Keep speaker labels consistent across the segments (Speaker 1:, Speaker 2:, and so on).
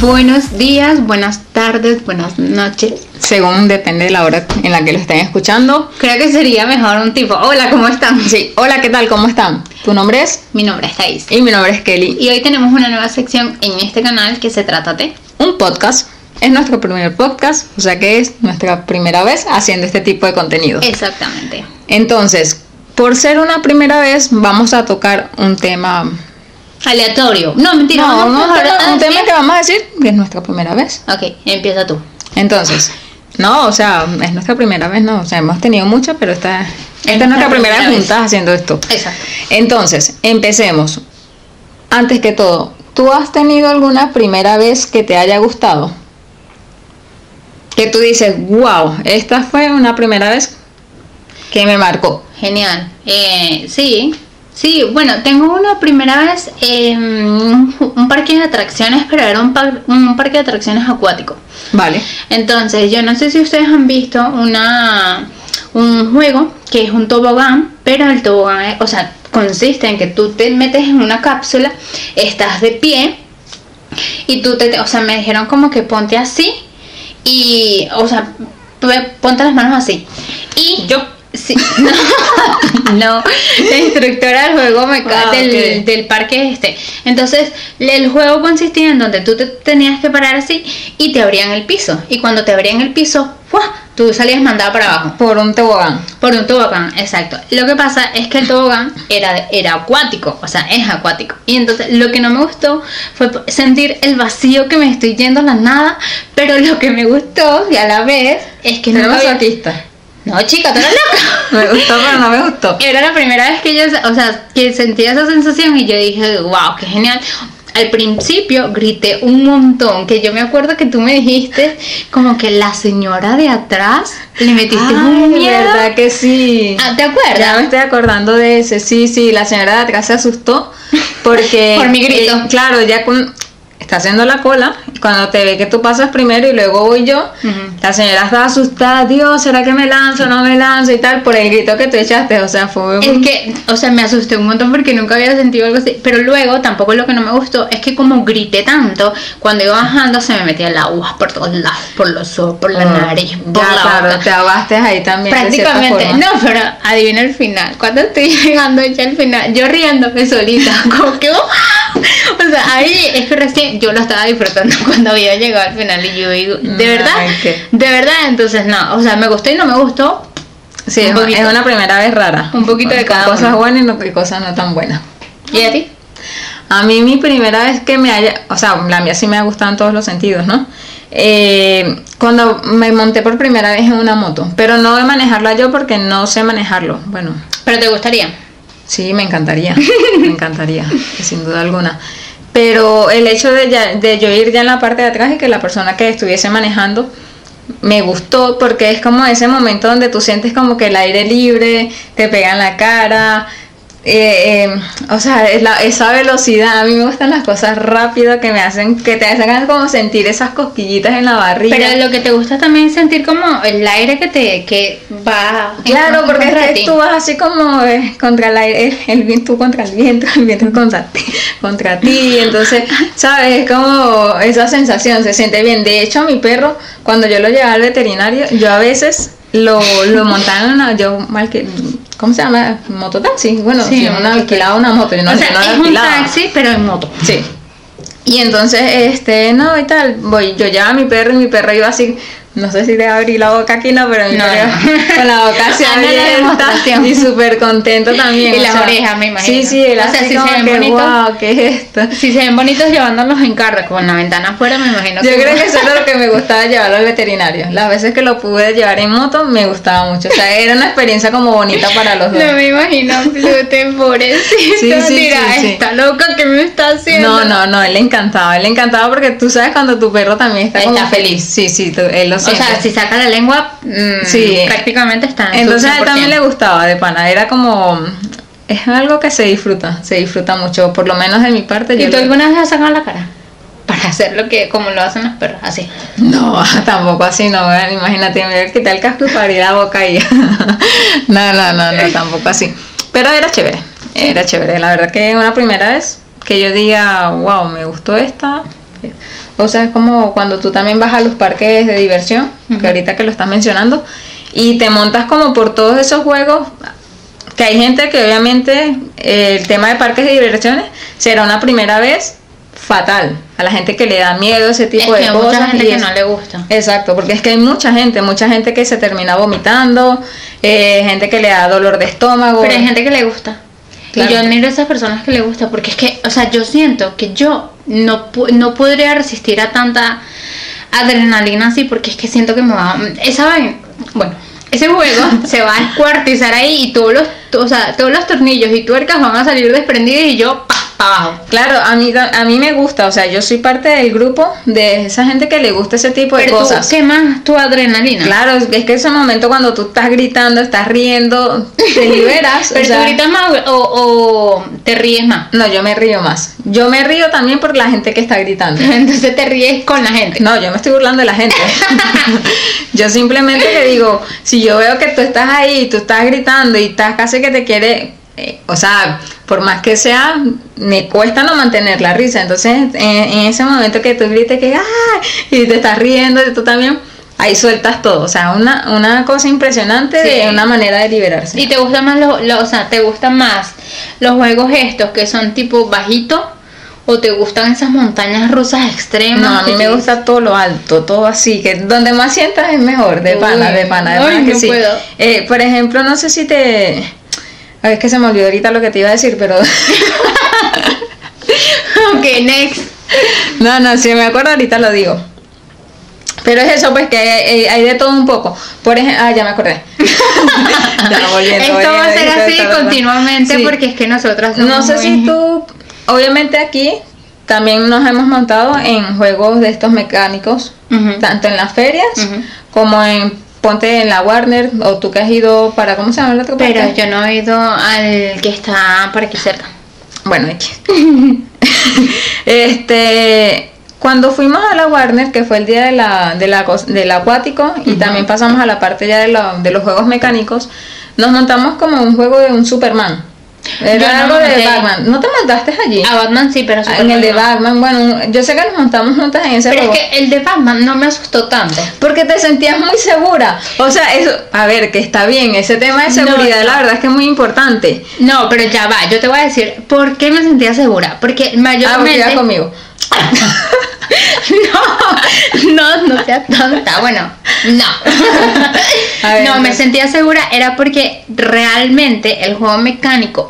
Speaker 1: Buenos días, buenas tardes, buenas noches,
Speaker 2: según depende de la hora en la que lo estén escuchando.
Speaker 1: Creo que sería mejor un tipo, hola, ¿cómo están?
Speaker 2: Sí, hola, ¿qué tal? ¿Cómo están? ¿Tu nombre es?
Speaker 1: Mi nombre es Thais.
Speaker 2: Y mi nombre es Kelly.
Speaker 1: Y hoy tenemos una nueva sección en este canal que se trata de...
Speaker 2: Un podcast. Es nuestro primer podcast, o sea que es nuestra primera vez haciendo este tipo de contenido.
Speaker 1: Exactamente.
Speaker 2: Entonces, por ser una primera vez, vamos a tocar un tema.
Speaker 1: Aleatorio. No, mentira.
Speaker 2: No,
Speaker 1: vamos
Speaker 2: no,
Speaker 1: a hablar
Speaker 2: un
Speaker 1: de-
Speaker 2: tema que vamos a decir que es nuestra primera vez.
Speaker 1: Ok, empieza tú.
Speaker 2: Entonces, no, o sea, es nuestra primera vez, no, o sea, hemos tenido muchas, pero esta, esta es nuestra primera vez juntas haciendo esto.
Speaker 1: Exacto.
Speaker 2: Entonces, empecemos. Antes que todo, ¿tú has tenido alguna primera vez que te haya gustado? Que tú dices, wow, esta fue una primera vez que me marcó.
Speaker 1: Genial. Eh, sí, sí, bueno, tengo una primera vez en un, un parque de atracciones, pero era un, par- un parque de atracciones acuático.
Speaker 2: Vale.
Speaker 1: Entonces, yo no sé si ustedes han visto una un juego que es un tobogán, pero el tobogán, es- o sea, consiste en que tú te metes en una cápsula, estás de pie y tú te, o sea, me dijeron como que ponte así y, o sea, pe- ponte las manos así. Y
Speaker 2: Yo.
Speaker 1: Sí. No, no. la instructora del juego me ca-
Speaker 2: Ah,
Speaker 1: del,
Speaker 2: ok.
Speaker 1: del parque este. Entonces, le- el juego consistía en donde tú te tenías que parar así y te abrían el piso. Y cuando te abrían el piso, ¡fua! tú salías mandada para abajo.
Speaker 2: Por un tobogán.
Speaker 1: Por un tobogán, exacto. Lo que pasa es que el tobogán era, era acuático, o sea, es acuático. Y entonces lo que no me gustó fue p- sentir el vacío que me estoy yendo a la nada, pero lo que me gustó y a la vez es que
Speaker 2: Pero
Speaker 1: no... había-
Speaker 2: masoquista.
Speaker 1: No, chica, tú eres loca.
Speaker 2: Me gustó, pero no me gustó.
Speaker 1: Era la primera vez que yo, o sea, que sentía esa sensación y yo dije, wow, qué genial. Al principio grité un montón, que yo me acuerdo que tú me dijiste como que la señora de atrás le metiste un
Speaker 2: Ay,
Speaker 1: miedo.
Speaker 2: verdad que sí.
Speaker 1: Ah, ¿Te
Speaker 2: Ya me
Speaker 1: acuerdas?
Speaker 2: estoy acordando de ese, sí, sí, la señora de atrás se asustó porque...
Speaker 1: Por mi grito.
Speaker 2: eh, claro, ya con- está haciendo la cola, y cuando te ve que tú pasas primero y luego voy yo,
Speaker 1: Ujú.
Speaker 2: la señora estaba asustada, Dios, ¿será que me lanzo, no me lanzo y tal? Por el grito que tú echaste, o sea, fue un...
Speaker 1: Es que, o sea, me asusté un montón porque nunca había sentido algo así. Pero luego, tampoco lo que no me gustó es que como grité tanto, cuando iba bajando se me metía el agua por todos lados, por los ojos, por la
Speaker 2: Oh,
Speaker 1: nariz, por
Speaker 2: ya,
Speaker 1: la
Speaker 2: claro,
Speaker 1: boca.
Speaker 2: te ahogaste ahí también. de cierta
Speaker 1: Prácticamente,
Speaker 2: forma.
Speaker 1: no, pero adivina el final. Cuando estoy llegando ya al final, yo riéndome solita, como que ¡guau! O sea, ahí es que recién yo lo estaba disfrutando cuando había llegado al final y yo digo, de verdad,
Speaker 2: Ay, qué-
Speaker 1: de verdad, entonces no, o sea, me gustó y no me gustó.
Speaker 2: Sí,
Speaker 1: un
Speaker 2: es, una-
Speaker 1: poquito.
Speaker 2: es una primera vez rara.
Speaker 1: Un poquito de
Speaker 2: Con
Speaker 1: cada
Speaker 2: Cosas
Speaker 1: uno.
Speaker 2: buenas y, no- y cosas no tan buenas.
Speaker 1: ¿Y a ti?
Speaker 2: A mí mi primera vez que me haya, o sea, la mía sí me ha gustado en todos los sentidos, ¿no? Eh, cuando me monté por primera vez en una moto, pero no de manejarla yo porque no sé manejarlo. Bueno,
Speaker 1: Pero te gustaría.
Speaker 2: sí, me encantaría, me encantaría, sin duda alguna. Pero el hecho de, ya- de yo ir ya en la parte de atrás y que la persona que estuviese manejando me gustó porque es como ese momento donde tú sientes como que el aire libre te pega en la cara. eh, eh, o sea, es la- esa velocidad, a mí me gustan las cosas rápidas que me hacen, que te hacen como sentir esas cosquillitas en la barriga.
Speaker 1: Pero lo que te gusta también es sentir como el aire que te que va
Speaker 2: Claro,
Speaker 1: en-
Speaker 2: porque
Speaker 1: contra
Speaker 2: es que
Speaker 1: ti.
Speaker 2: tú vas así como eh, contra el aire, el viento contra el viento, el viento contra ti, contra ti, entonces, ¿sabes? Es como esa sensación, se siente bien. De hecho, mi perro, cuando yo lo llevaba al veterinario, yo a veces lo, lo montaba en una, yo mal que, ¿cómo se llama? Mototaxi, bueno,
Speaker 1: Sí,
Speaker 2: sí, yo no
Speaker 1: mototaxi.
Speaker 2: alquilaba una moto, yo no,
Speaker 1: o
Speaker 2: yo
Speaker 1: sea,
Speaker 2: no la
Speaker 1: es un
Speaker 2: alquilaba.
Speaker 1: taxi, pero en moto.
Speaker 2: Sí. Y entonces, este, no, y tal, voy, yo llevaba a mi perro y mi perro iba así, no sé si le abrí la boca aquí, no, pero mi
Speaker 1: No,
Speaker 2: perro
Speaker 1: no.
Speaker 2: con la boca así
Speaker 1: Ah, no, la
Speaker 2: abierta
Speaker 1: demostración.
Speaker 2: y súper contento también.
Speaker 1: Y
Speaker 2: o
Speaker 1: las
Speaker 2: sea,
Speaker 1: orejas, me imagino.
Speaker 2: Sí, sí, él
Speaker 1: O
Speaker 2: así
Speaker 1: sea, sí se
Speaker 2: como
Speaker 1: ven
Speaker 2: que,
Speaker 1: bonitos.
Speaker 2: wow, ¿qué es esto?
Speaker 1: Si se ven bonitos llevándolos en carro con la ventana afuera, me imagino.
Speaker 2: Yo creo que eso era lo que me gustaba llevarlo al veterinario. Las veces que lo pude llevar en moto, me gustaba mucho. O sea, era una experiencia como bonita para los dos.
Speaker 1: No me imagino a Plute, pobrecito.
Speaker 2: Sí, sí, sí,
Speaker 1: dirá,
Speaker 2: sí.
Speaker 1: está loca que me está haciendo.
Speaker 2: No, no, no, él le encantaba, él le encantaba porque tú sabes cuando tu perro también está,
Speaker 1: Está
Speaker 2: como
Speaker 1: feliz.
Speaker 2: Sí, sí, tú- él lo
Speaker 1: O
Speaker 2: siente.
Speaker 1: sea, si saca la lengua, mm,
Speaker 2: Sí.
Speaker 1: prácticamente está en
Speaker 2: Entonces
Speaker 1: su
Speaker 2: a él también
Speaker 1: 100%.
Speaker 2: le gustaba de pana, era como es algo que se disfruta, se disfruta mucho, por lo menos de mi parte yo
Speaker 1: ¿Y tú
Speaker 2: lo-
Speaker 1: alguna vez has sacado la cara? Para hacer lo que, como lo hacen los perros, así.
Speaker 2: No, tampoco así, no, bueno, imagínate, me voy a quitar el casco y abrir la boca y no, no, no, no, tampoco así. Pero era chévere, era chévere, la verdad que una primera vez que yo diga, wow, me gustó esta, O sea, es como cuando tú también vas a los parques de diversión, que ahorita que lo estás mencionando, y te montas como por todos esos juegos, que hay gente que obviamente eh, el tema de parques de diversiones será una primera vez fatal a la gente que le da miedo ese tipo
Speaker 1: es
Speaker 2: de
Speaker 1: que
Speaker 2: cosas.
Speaker 1: mucha gente
Speaker 2: y
Speaker 1: que
Speaker 2: eso.
Speaker 1: no le gusta.
Speaker 2: Exacto, porque es que hay mucha gente, mucha gente que se termina vomitando, eh, gente que le da dolor de estómago.
Speaker 1: Pero hay gente que le gusta.
Speaker 2: Claro.
Speaker 1: Y yo admiro a esas personas que le gusta, porque es que, o sea, yo siento que yo no, pu- no podría resistir a tanta adrenalina así, porque es que siento que me va. Esa vaina- bueno, ese juego se va a escuartizar ahí y todos los, o sea, todos los tornillos y tuercas van a salir desprendidos y yo, pa, pa abajo.
Speaker 2: Claro, a mí, ta- a mí me gusta, o sea, yo soy parte del grupo de esa gente que le gusta ese tipo de
Speaker 1: Pero
Speaker 2: cosas.
Speaker 1: tú quemas tu adrenalina.
Speaker 2: Claro, es es que ese momento cuando tú estás gritando, estás riendo, te liberas. o
Speaker 1: Pero
Speaker 2: sea,
Speaker 1: tú gritas más o, o te ríes más.
Speaker 2: No, yo me río más. Yo me río también por la gente que está gritando.
Speaker 1: Entonces te ríes con la gente.
Speaker 2: No, yo me estoy burlando de la gente. yo simplemente te digo, si yo veo que tú estás ahí, tú estás gritando y estás casi que te quiere, eh, o sea, por más que sea, me cuesta no mantener la risa. Entonces, en, en ese momento que tú grites que, ¡ay! Y te estás riendo, y tú también, ahí sueltas todo. O sea, una, una cosa impresionante
Speaker 1: Sí.
Speaker 2: de una manera de liberarse.
Speaker 1: Y te gustan más los, los- o sea, te gustan más los juegos estos que son tipo bajito o te gustan esas montañas rusas extremas.
Speaker 2: No, a
Speaker 1: que
Speaker 2: mí me
Speaker 1: tú
Speaker 2: gusta todo lo alto, todo así, que donde más sientas es mejor, de
Speaker 1: Uy,
Speaker 2: pana, de pana, de
Speaker 1: ay,
Speaker 2: pana que
Speaker 1: no
Speaker 2: sí.
Speaker 1: puedo.
Speaker 2: Eh, por ejemplo, no sé si te... Ay, es que se me olvidó ahorita lo que te iba a decir, pero...
Speaker 1: dices, Ok, next.
Speaker 2: no, no, si me acuerdo ahorita lo digo. Pero es eso, pues que eh, hay de todo un poco. Por ejemplo, ah, ya me acordé. Ya, volviendo,
Speaker 1: Esto va a ser
Speaker 2: volviendo, volviendo,
Speaker 1: así
Speaker 2: volviendo.
Speaker 1: continuamente
Speaker 2: Sí.
Speaker 1: porque es que nosotras somos
Speaker 2: No sé
Speaker 1: muy-
Speaker 2: si tú, obviamente aquí también nos hemos montado en juegos de estos mecánicos,
Speaker 1: Ujú.
Speaker 2: tanto en las ferias
Speaker 1: Ujú.
Speaker 2: como en ponte en la Warner o tú que has ido para cómo se llama el otro
Speaker 1: Pero
Speaker 2: parque?
Speaker 1: yo no he ido al que está por aquí cerca.
Speaker 2: Bueno, X. este, cuando fuimos a la Warner, que fue el día de la, de la cos- del acuático, y también pasamos a la parte ya de, la- de los juegos mecánicos, nos montamos como un juego de un Superman. Era
Speaker 1: Yo no
Speaker 2: algo
Speaker 1: me
Speaker 2: de
Speaker 1: monté.
Speaker 2: Batman. ¿No te montaste allí?
Speaker 1: A Batman sí, pero
Speaker 2: Ah, en
Speaker 1: Superman
Speaker 2: el de
Speaker 1: no.
Speaker 2: Batman, bueno, yo sé que nos montamos juntas en ese
Speaker 1: Pero es
Speaker 2: juego.
Speaker 1: que el de Batman no me asustó tanto.
Speaker 2: Porque te sentías muy segura. O sea, eso, a ver, que está bien, ese tema de
Speaker 1: No,
Speaker 2: seguridad,
Speaker 1: no.
Speaker 2: la verdad es que es muy importante.
Speaker 1: No, pero ya va, yo te voy a decir por qué me sentía segura. Porque
Speaker 2: ah, porque
Speaker 1: mayormente.
Speaker 2: ibas conmigo.
Speaker 1: No, no seas tonta. Bueno, no.
Speaker 2: A ver,
Speaker 1: no, me
Speaker 2: entonces.
Speaker 1: sentía segura. Era porque realmente el juego mecánico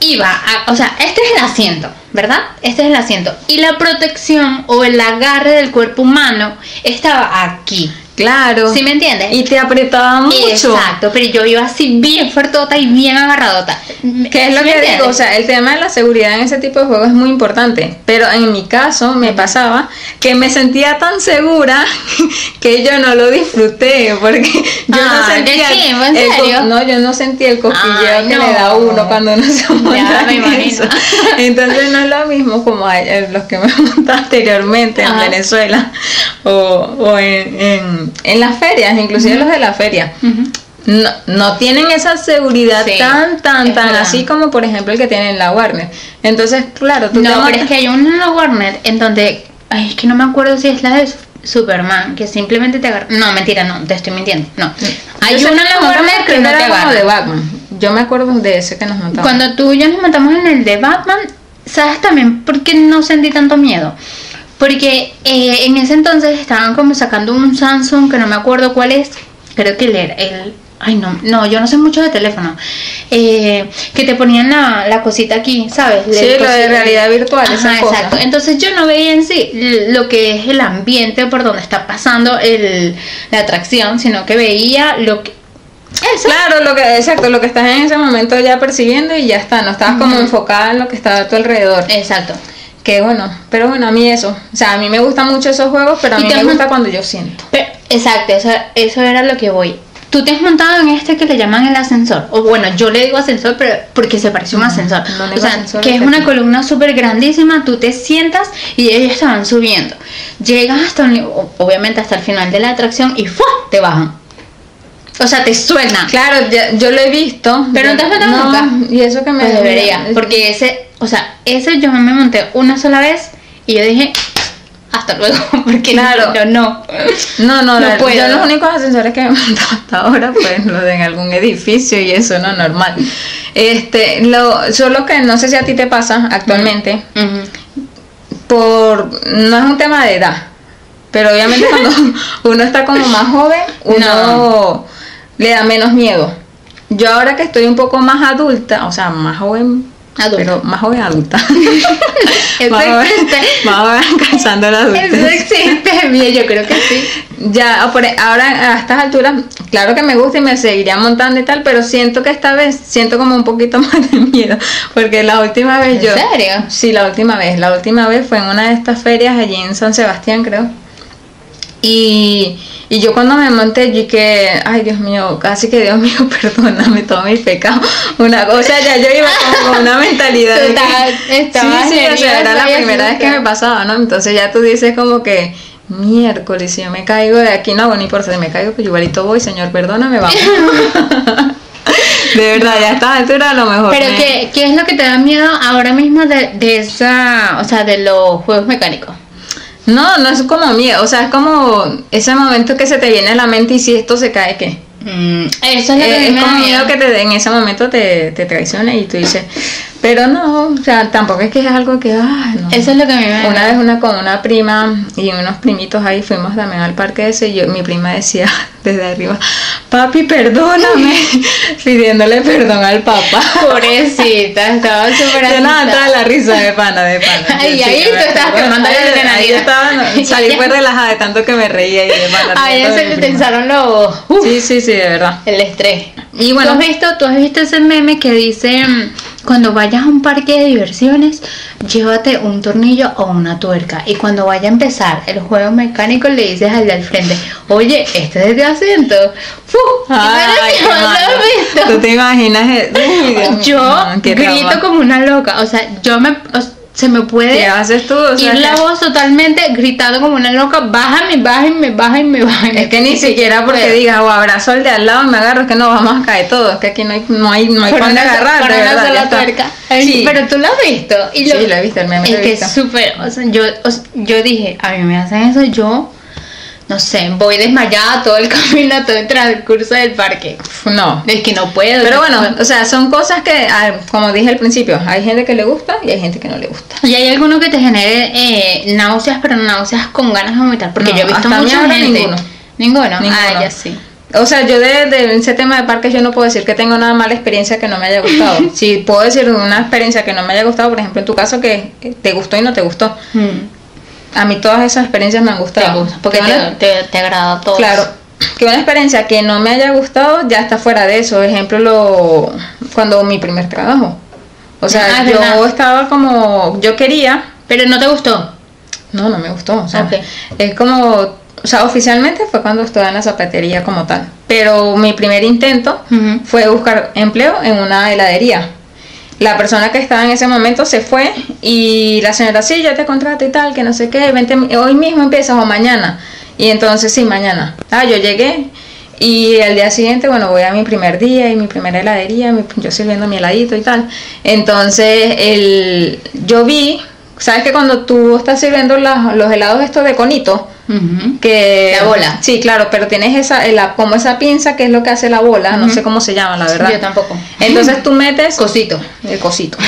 Speaker 1: iba a. O sea, este es el asiento, ¿verdad? Este es el asiento. Y la protección o el agarre del cuerpo humano estaba aquí.
Speaker 2: Claro.
Speaker 1: ¿Sí me entiendes?
Speaker 2: Y te apretaba mucho.
Speaker 1: Exacto, pero yo iba así bien fuertota y bien agarradota.
Speaker 2: Que es lo
Speaker 1: ¿Sí me
Speaker 2: que
Speaker 1: entiendes?
Speaker 2: digo, o sea, el tema de la seguridad en ese tipo de juegos es muy importante, pero en mi caso me pasaba que me sentía tan segura que yo no lo disfruté, porque yo no
Speaker 1: Ah, qué
Speaker 2: sentía el-
Speaker 1: chimbo, ¿en
Speaker 2: el co-
Speaker 1: serio?
Speaker 2: no, yo no sentía el cosquilleo
Speaker 1: Ay,
Speaker 2: que
Speaker 1: no.
Speaker 2: le da a uno cuando uno se monta
Speaker 1: me
Speaker 2: en
Speaker 1: imagino.
Speaker 2: eso. Entonces no es lo mismo como a- eh, los que me monté anteriormente en
Speaker 1: Ajá.
Speaker 2: Venezuela o, o en, en- en las ferias, inclusive los de la feria.
Speaker 1: Ujú.
Speaker 2: No, no tienen esa seguridad
Speaker 1: Sí,
Speaker 2: tan, tan,
Speaker 1: es
Speaker 2: tan
Speaker 1: verdad.
Speaker 2: así como por ejemplo el que tiene en la Warner. Entonces, claro, tú te
Speaker 1: No, pero
Speaker 2: montas-
Speaker 1: es que hay una en la Warner en donde. Ay, es que no me acuerdo si es la de Su- Superman, que simplemente te agarra. No, mentira, no, te estoy mintiendo. No. Hay
Speaker 2: Yo sé
Speaker 1: una en
Speaker 2: que
Speaker 1: la
Speaker 2: nos montamos
Speaker 1: Warner que no
Speaker 2: primero
Speaker 1: te
Speaker 2: en uno
Speaker 1: agarra.
Speaker 2: de Batman. Yo me acuerdo de ese que nos montamos.
Speaker 1: Cuando tú y yo nos matamos en el de Batman, ¿sabes también por qué no sentí tanto miedo? Porque eh, en ese entonces estaban como sacando un Samsung que no me acuerdo cuál es. Creo que el. era- el ay, no, no, yo no sé mucho de teléfono. Eh, que te ponían la, la cosita aquí, ¿sabes?
Speaker 2: Sí,
Speaker 1: El
Speaker 2: lo de
Speaker 1: cosi-
Speaker 2: realidad virtual,
Speaker 1: Ajá,
Speaker 2: esas cosas.
Speaker 1: exacto. Entonces yo no veía en sí lo que es el ambiente por donde está pasando el, la atracción, sino que veía lo que. Eso.
Speaker 2: Claro, lo que, exacto, lo que estás en ese momento ya percibiendo y ya está, no estabas como enfocada en lo que está a tu alrededor.
Speaker 1: Exacto.
Speaker 2: Que bueno, pero bueno, a mí eso. O sea, a mí me gustan mucho esos juegos, pero a
Speaker 1: Y
Speaker 2: mí
Speaker 1: te
Speaker 2: me
Speaker 1: has mont-
Speaker 2: gusta cuando yo siento.
Speaker 1: Pero- exacto, eso, eso era lo que voy. Tú te has montado en este que le llaman el ascensor. O bueno, yo le digo ascensor pero porque se parece a un ascensor.
Speaker 2: Mm, no le
Speaker 1: o
Speaker 2: digo
Speaker 1: sea,
Speaker 2: ascensor,
Speaker 1: que es
Speaker 2: es
Speaker 1: una
Speaker 2: aquí.
Speaker 1: columna súper grandísima, tú te sientas y ellos estaban subiendo. Llegas hasta un, li- o- obviamente hasta el final de la atracción y ¡fua! te bajan. O sea, te suena.
Speaker 2: Claro, ya- yo lo he visto.
Speaker 1: Ah. Pero no te has metido
Speaker 2: No,
Speaker 1: nunca.
Speaker 2: Y eso que me
Speaker 1: Pues debería, porque ese, o sea, ese yo me monté una sola vez y yo dije, hasta luego, porque
Speaker 2: Claro.
Speaker 1: no, no.
Speaker 2: No, no,
Speaker 1: No
Speaker 2: la-
Speaker 1: puedo.
Speaker 2: yo los únicos ascensores que me he montado hasta ahora, pues los de en algún edificio y eso, no, normal. Este, lo, solo que no sé si a ti te pasa actualmente,
Speaker 1: Ujú.
Speaker 2: por, no es un tema de edad, pero obviamente cuando uno está como más joven, uno le da menos miedo. Yo ahora que estoy un poco más adulta, o sea, más joven,
Speaker 1: Adulta.
Speaker 2: pero más joven adulta.
Speaker 1: Eso
Speaker 2: más joven,
Speaker 1: existe.
Speaker 2: más joven alcanzando la adultez.
Speaker 1: Eso existe, bien, yo creo que sí.
Speaker 2: Ya, ah, por- e, ahora a estas alturas, claro que me gusta y me seguiría montando y tal, pero siento que esta vez siento como un poquito más de miedo, porque la última vez
Speaker 1: ¿En
Speaker 2: Pues yo...
Speaker 1: serio?
Speaker 2: Sí, la última vez, la última vez fue en una de estas ferias allí en San Sebastián, creo. Y, y yo cuando me monté, yo dije, ay Dios mío, casi que Dios mío, perdóname todos mis pecados. Una cosa, ya yo iba como con una mentalidad. de que-
Speaker 1: Total, estabas
Speaker 2: sí, sí, o sea,
Speaker 1: nerviosa
Speaker 2: era la
Speaker 1: y así,
Speaker 2: primera vez que me
Speaker 1: claro.
Speaker 2: pasaba, ¿no? Entonces ya tú dices como que miércoles, si yo me caigo de aquí, no, bueno, ni por si me caigo, pues yo igualito voy, señor, perdóname, vamos. de verdad, ya a esta altura a lo mejor.
Speaker 1: Pero
Speaker 2: me-
Speaker 1: ¿qué, ¿qué es lo que te da miedo ahora mismo de, de esa, o sea, de los juegos mecánicos?
Speaker 2: No, no es como miedo, o sea, es como ese momento que se te viene a la mente y si esto se cae, ¿qué?
Speaker 1: Mm, eso es lo que a
Speaker 2: Eh,
Speaker 1: mí
Speaker 2: Es,
Speaker 1: me da
Speaker 2: como miedo
Speaker 1: miedo.
Speaker 2: que te, en ese momento te, te traicione y tú dices, pero no, o sea, tampoco es que es algo que, ay, no.
Speaker 1: Eso es lo que a mí me da
Speaker 2: Una
Speaker 1: miedo.
Speaker 2: vez una con una prima y unos primitos ahí fuimos también al parque ese y yo, mi prima decía desde arriba, papi, perdóname, pidiéndole perdón al papá.
Speaker 1: Pobrecita, estaba súper
Speaker 2: Yo nada,
Speaker 1: asustada.
Speaker 2: estaba la risa de pana, de pana.
Speaker 1: Ay,
Speaker 2: Yo
Speaker 1: ahí
Speaker 2: sí,
Speaker 1: tú
Speaker 2: me
Speaker 1: estabas
Speaker 2: acuerdo.
Speaker 1: quemando la
Speaker 2: Ay,
Speaker 1: adrenalina.
Speaker 2: Ahí yo estaba, no, salí pues relajada de tanto que me reía y de pana.
Speaker 1: Ay,
Speaker 2: riendo
Speaker 1: ya se
Speaker 2: de mi
Speaker 1: te
Speaker 2: prima.
Speaker 1: tensaron los... uf,
Speaker 2: Sí, sí, sí, de verdad.
Speaker 1: El estrés.
Speaker 2: Y bueno.
Speaker 1: ¿Tú has visto, tú has visto ese meme que dice, mm, cuando vayas a un parque de diversiones, llévate un tornillo o una tuerca. Y cuando vaya a empezar el juego mecánico, le dices al de al frente, oye, este es de tu asiento. ¡Fu!
Speaker 2: Ay,
Speaker 1: ¿Qué gracioso,
Speaker 2: hermano,
Speaker 1: ¿lo has visto?
Speaker 2: Tú te imaginas. eh, uy, Dios mío,
Speaker 1: Yo
Speaker 2: no, qué
Speaker 1: grito
Speaker 2: trauma.
Speaker 1: como una loca. O sea, yo me... o sea, se me puede
Speaker 2: ¿Qué haces tú? O sea,
Speaker 1: ir la
Speaker 2: que-
Speaker 1: voz totalmente gritando como una loca, bájame, bájame, bájame, bájame.
Speaker 2: Es que ni siquiera porque
Speaker 1: puedo.
Speaker 2: digas, o abrazo al de al lado y me agarro, es que no vamos a caer todos, es que aquí no hay, no hay, no hay
Speaker 1: Por
Speaker 2: para dónde
Speaker 1: una-
Speaker 2: agarrar,
Speaker 1: por
Speaker 2: de
Speaker 1: una
Speaker 2: verdad, ya
Speaker 1: sola
Speaker 2: está.
Speaker 1: tuerca.
Speaker 2: Sí,
Speaker 1: Pero tú lo has visto. Y
Speaker 2: Sí, lo he visto, el meme lo
Speaker 1: Es
Speaker 2: he
Speaker 1: que
Speaker 2: visto.
Speaker 1: es súper. O sea, yo, o sea, yo dije, a mí me hacen eso, yo. No sé, voy desmayada todo el camino, todo el transcurso del parque.
Speaker 2: pf, no.
Speaker 1: Es que no puedo.
Speaker 2: Pero
Speaker 1: no
Speaker 2: bueno,
Speaker 1: puedo.
Speaker 2: o sea, son cosas que, ah, como dije al principio, hay gente que le gusta y hay gente que no le gusta.
Speaker 1: Y hay alguno que te genere eh, náuseas, pero náuseas con ganas de vomitar. Porque
Speaker 2: No,
Speaker 1: yo he visto
Speaker 2: hasta a mí
Speaker 1: mucha
Speaker 2: ahora
Speaker 1: gente.
Speaker 2: ninguno.
Speaker 1: Ninguno.
Speaker 2: Ninguno.
Speaker 1: Ah, ya sí.
Speaker 2: O sea, yo de, de ese tema de parques yo no puedo decir que tengo una mala experiencia que no me haya gustado. si puedo decir una experiencia que no me haya gustado, por ejemplo, en tu caso que eh, te gustó y no te gustó.
Speaker 1: Mm.
Speaker 2: A mí todas esas experiencias me han
Speaker 1: Te
Speaker 2: gustado.
Speaker 1: gusta. Porque
Speaker 2: Que una-
Speaker 1: te, te, te agrada todo.
Speaker 2: Claro, que una experiencia que no me haya gustado ya está fuera de eso. Ejemplo, lo, cuando mi primer trabajo. O sea,
Speaker 1: Ah, es
Speaker 2: yo
Speaker 1: verdad.
Speaker 2: estaba como, yo quería,
Speaker 1: Pero no te gustó.
Speaker 2: no, no me gustó. O sea,
Speaker 1: Ok.
Speaker 2: es como, o sea, oficialmente fue cuando estuve en la zapatería como tal. Pero mi primer intento
Speaker 1: Ujú.
Speaker 2: fue buscar empleo en una heladería. La persona que estaba en ese momento se fue y la señora, sí, ya te contrato y tal, que no sé qué, vente, hoy mismo empiezas o mañana. Y entonces, sí, mañana. Ah, yo llegué y al día siguiente, bueno, voy a mi primer día y mi primera heladería, mi- yo sirviendo mi heladito y tal. Entonces, el, yo vi, ¿sabes que cuando tú estás sirviendo las- los helados estos de conito?
Speaker 1: Ujú.
Speaker 2: que
Speaker 1: La bola.
Speaker 2: sí claro pero tienes esa eh, la, como esa pinza que es lo que hace la bola no
Speaker 1: Ujú.
Speaker 2: sé cómo se llama la verdad
Speaker 1: Yo tampoco.
Speaker 2: entonces tú metes
Speaker 1: Cosito.
Speaker 2: el cosito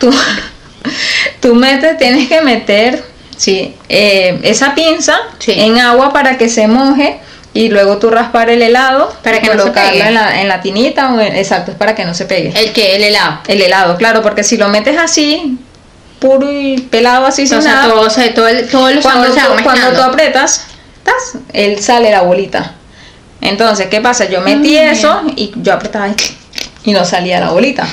Speaker 2: tú, tú metes tienes que meter sí eh, esa pinza
Speaker 1: Sí.
Speaker 2: en agua para que se moje y luego tú raspar el helado
Speaker 1: Para
Speaker 2: y
Speaker 1: que no se
Speaker 2: colocarlo
Speaker 1: pegue. Eh.
Speaker 2: en la en la tinita o en- exacto es para que no se pegue
Speaker 1: El que, el helado.
Speaker 2: el helado claro porque si lo metes así puro y pelado así sin
Speaker 1: O sea,
Speaker 2: nada
Speaker 1: todo, o sea, todo el- todos los
Speaker 2: cuando,
Speaker 1: sabores se
Speaker 2: tú,
Speaker 1: van
Speaker 2: cuando tú
Speaker 1: mezclando.
Speaker 2: aprietas, ¡tas! él sale la bolita. Entonces, ¿qué pasa? Yo metí
Speaker 1: Ah,
Speaker 2: eso y yo apretaba y, y no salía la bolita.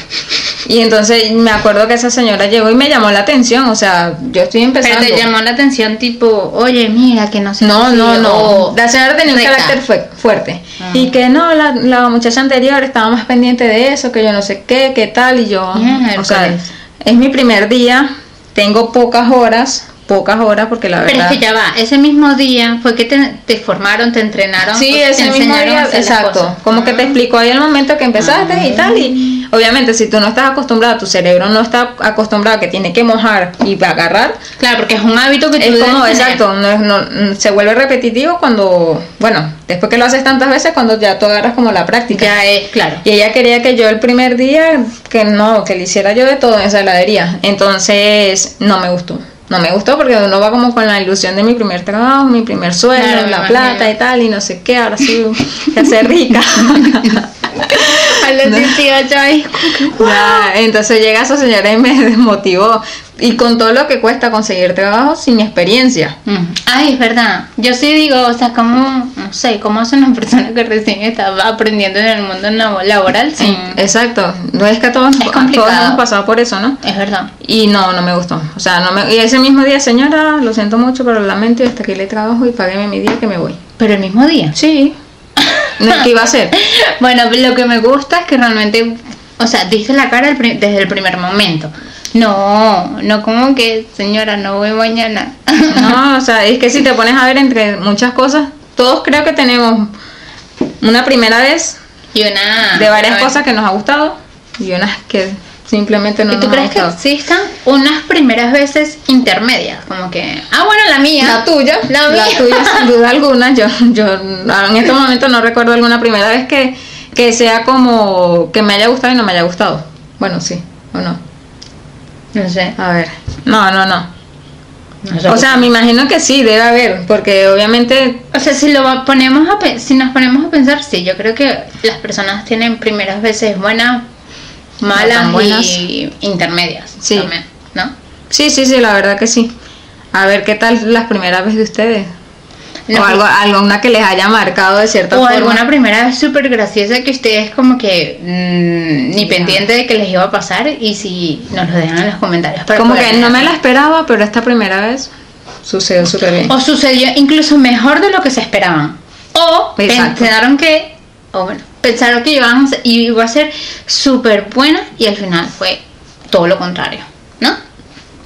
Speaker 2: Y entonces me acuerdo que esa señora llegó y me llamó la atención. O sea, yo estoy
Speaker 1: Pero
Speaker 2: empezando.
Speaker 1: te llamó la atención tipo, oye, mira, que no sé.
Speaker 2: No,
Speaker 1: así",
Speaker 2: no, no.
Speaker 1: o-
Speaker 2: La señora tenía un
Speaker 1: recta.
Speaker 2: carácter fue- fuerte.
Speaker 1: Ah.
Speaker 2: Y que no, la, la muchacha anterior estaba más pendiente de eso, que yo no sé qué, qué tal. Y yo,
Speaker 1: Miércoles.
Speaker 2: o sea, es mi primer día, tengo pocas horas, pocas horas porque la
Speaker 1: Pero
Speaker 2: verdad...
Speaker 1: es que ya va, ese mismo día fue que te, te formaron, te entrenaron. o
Speaker 2: Sí,
Speaker 1: pues, te
Speaker 2: ese mismo
Speaker 1: enseñaron a
Speaker 2: día,
Speaker 1: hacer las
Speaker 2: exacto.
Speaker 1: cosas.
Speaker 2: Como que te
Speaker 1: Ah.
Speaker 2: explicó ahí el momento que empezaste y tal. Y obviamente, si tú no estás acostumbrado, tu cerebro no está acostumbrado que tiene que mojar y agarrar.
Speaker 1: Claro, porque es un hábito que Pues tú
Speaker 2: Es
Speaker 1: debes
Speaker 2: como,
Speaker 1: tener.
Speaker 2: exacto, no es- no- se vuelve repetitivo cuando, bueno, después que lo haces tantas veces, cuando ya tú agarras como la práctica.
Speaker 1: Ya es, claro.
Speaker 2: Y ella quería que yo el primer día, que no, que le hiciera yo de todo en esa heladería. Entonces, no me gustó. No me gustó porque uno va como con la ilusión de mi primer trabajo, mi primer sueldo,
Speaker 1: Claro, me
Speaker 2: la
Speaker 1: imagino.
Speaker 2: plata y tal, y no sé qué, ahora sí, ya ser rica.
Speaker 1: A los 18 ahí.
Speaker 2: Ya, entonces llega esa señora y me desmotivó. Y con todo lo que cuesta conseguir trabajo sin experiencia.
Speaker 1: Mm. Ay, es verdad. Yo sí digo, o sea, como, no sé, cómo hace una persona que recién estaba aprendiendo en el mundo nabo- laboral sin...
Speaker 2: Exacto, no es que a todos,
Speaker 1: Es
Speaker 2: a
Speaker 1: complicado.
Speaker 2: todos hemos pasado por eso, ¿no?
Speaker 1: Es verdad.
Speaker 2: Y no, no me gustó. O sea, no me... Y ese mismo día, señora, lo siento mucho, pero lo lamento y hasta aquí le trabajo y paguéme mi día que me voy.
Speaker 1: Pero el mismo día.
Speaker 2: Sí. No, ¿Qué iba a hacer?
Speaker 1: Bueno, lo que me gusta es que realmente, o sea, diste la cara el pri- desde el primer momento. No, no como que, señora, no voy mañana.
Speaker 2: No, o sea, es que si te pones a ver entre muchas cosas, todos creo que tenemos una primera vez
Speaker 1: y una...
Speaker 2: de varias
Speaker 1: una-
Speaker 2: cosas que nos ha gustado y unas que simplemente no
Speaker 1: ¿Y tú
Speaker 2: nos ha
Speaker 1: crees que
Speaker 2: gustado.
Speaker 1: existan unas primeras veces intermedias? Como que, ah, bueno, la mía.
Speaker 2: La tuya,
Speaker 1: La mía.
Speaker 2: tuya sin duda alguna. Yo, yo en este momento no recuerdo alguna primera vez que, que sea como que me haya gustado y no me haya gustado. Bueno, sí, o no.
Speaker 1: No sé.
Speaker 2: A ver. No, no, no.
Speaker 1: no sé.
Speaker 2: O sea, me imagino que sí, debe haber, porque obviamente
Speaker 1: O sea, si lo va- ponemos a pe- si nos ponemos a pensar, sí, yo creo que las personas tienen primeras veces buenas, malas
Speaker 2: tan buenas.
Speaker 1: y intermedias.
Speaker 2: Sí.
Speaker 1: También, ¿no?
Speaker 2: Sí, sí, sí, la verdad que sí. A ver qué tal las primeras veces de ustedes.
Speaker 1: No,
Speaker 2: o algo, alguna que les haya marcado de cierta
Speaker 1: o
Speaker 2: forma.
Speaker 1: alguna primera vez súper graciosa que ustedes como que mm, ni
Speaker 2: Ya.
Speaker 1: pendiente de que les iba a pasar y si nos lo dejan en los comentarios. para
Speaker 2: Como
Speaker 1: poder
Speaker 2: que no me
Speaker 1: leerlo.
Speaker 2: la esperaba, pero esta primera vez sucedió súper bien.
Speaker 1: O sucedió incluso mejor de lo que se esperaban. O
Speaker 2: Exacto.
Speaker 1: pensaron que, o bueno, pensaron que iban a ser- iba a ser súper buena y al final fue todo lo contrario, ¿no?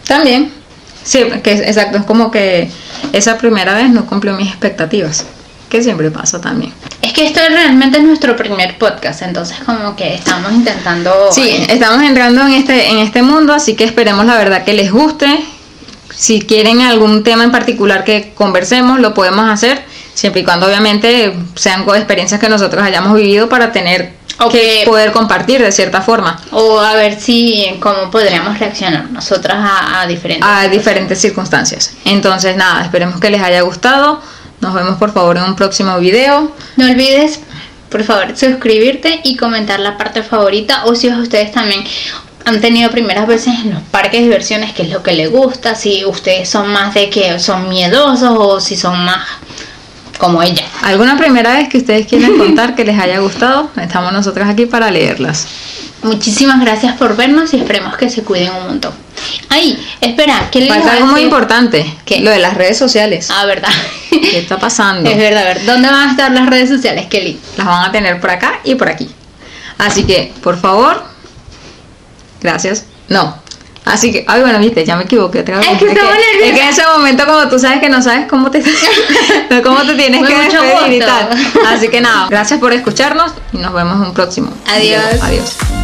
Speaker 2: También. Sí, que es- exacto, es como que esa primera vez no cumplió mis expectativas, que siempre pasa también.
Speaker 1: Es que esto es realmente nuestro primer podcast, entonces como que estamos intentando...
Speaker 2: Sí, estamos entrando en este, en este mundo, así que esperemos la verdad que les guste. Si quieren algún tema en particular que conversemos, lo podemos hacer, siempre y cuando obviamente sean co- experiencias que nosotros hayamos vivido para tener
Speaker 1: Ok.
Speaker 2: que poder compartir de cierta forma
Speaker 1: O a ver si cómo podríamos reaccionar nosotras a, a diferentes...
Speaker 2: a diferentes circunstancias. Entonces, nada, esperemos que les haya gustado. Nos vemos por favor en un próximo video.
Speaker 1: No olvides, por favor, suscribirte y comentar la parte favorita o si ustedes también han tenido primeras veces en los parques de diversiones, qué es lo que les gusta, si ustedes son más de que son miedosos o si son más como ella.
Speaker 2: ¿Alguna primera vez que ustedes quieran contar que les haya gustado? Estamos nosotras aquí para leerlas.
Speaker 1: Muchísimas gracias por vernos y esperemos que se cuiden un montón. Ay, espera, ¿qué le
Speaker 2: Falta
Speaker 1: iba a
Speaker 2: algo muy
Speaker 1: decir?
Speaker 2: importante,
Speaker 1: ¿Qué?
Speaker 2: lo de las redes sociales.
Speaker 1: Ah, verdad.
Speaker 2: ¿Qué está pasando?
Speaker 1: Es verdad, a ver, ¿dónde van a estar las redes sociales, Kelly?
Speaker 2: Las van a tener por acá y por aquí. Así que, por favor, gracias. No. Así que, ay, bueno, viste, ya me equivoqué otra vez.
Speaker 1: Es que estaba nerviosa.
Speaker 2: es que en ese momento, como tú sabes que no sabes cómo te, no, cómo te tienes
Speaker 1: Con
Speaker 2: que
Speaker 1: mucho
Speaker 2: despedir y
Speaker 1: gusto.
Speaker 2: tal. Así que nada, gracias por escucharnos y nos vemos en un próximo.
Speaker 1: Adiós.
Speaker 2: Adiós.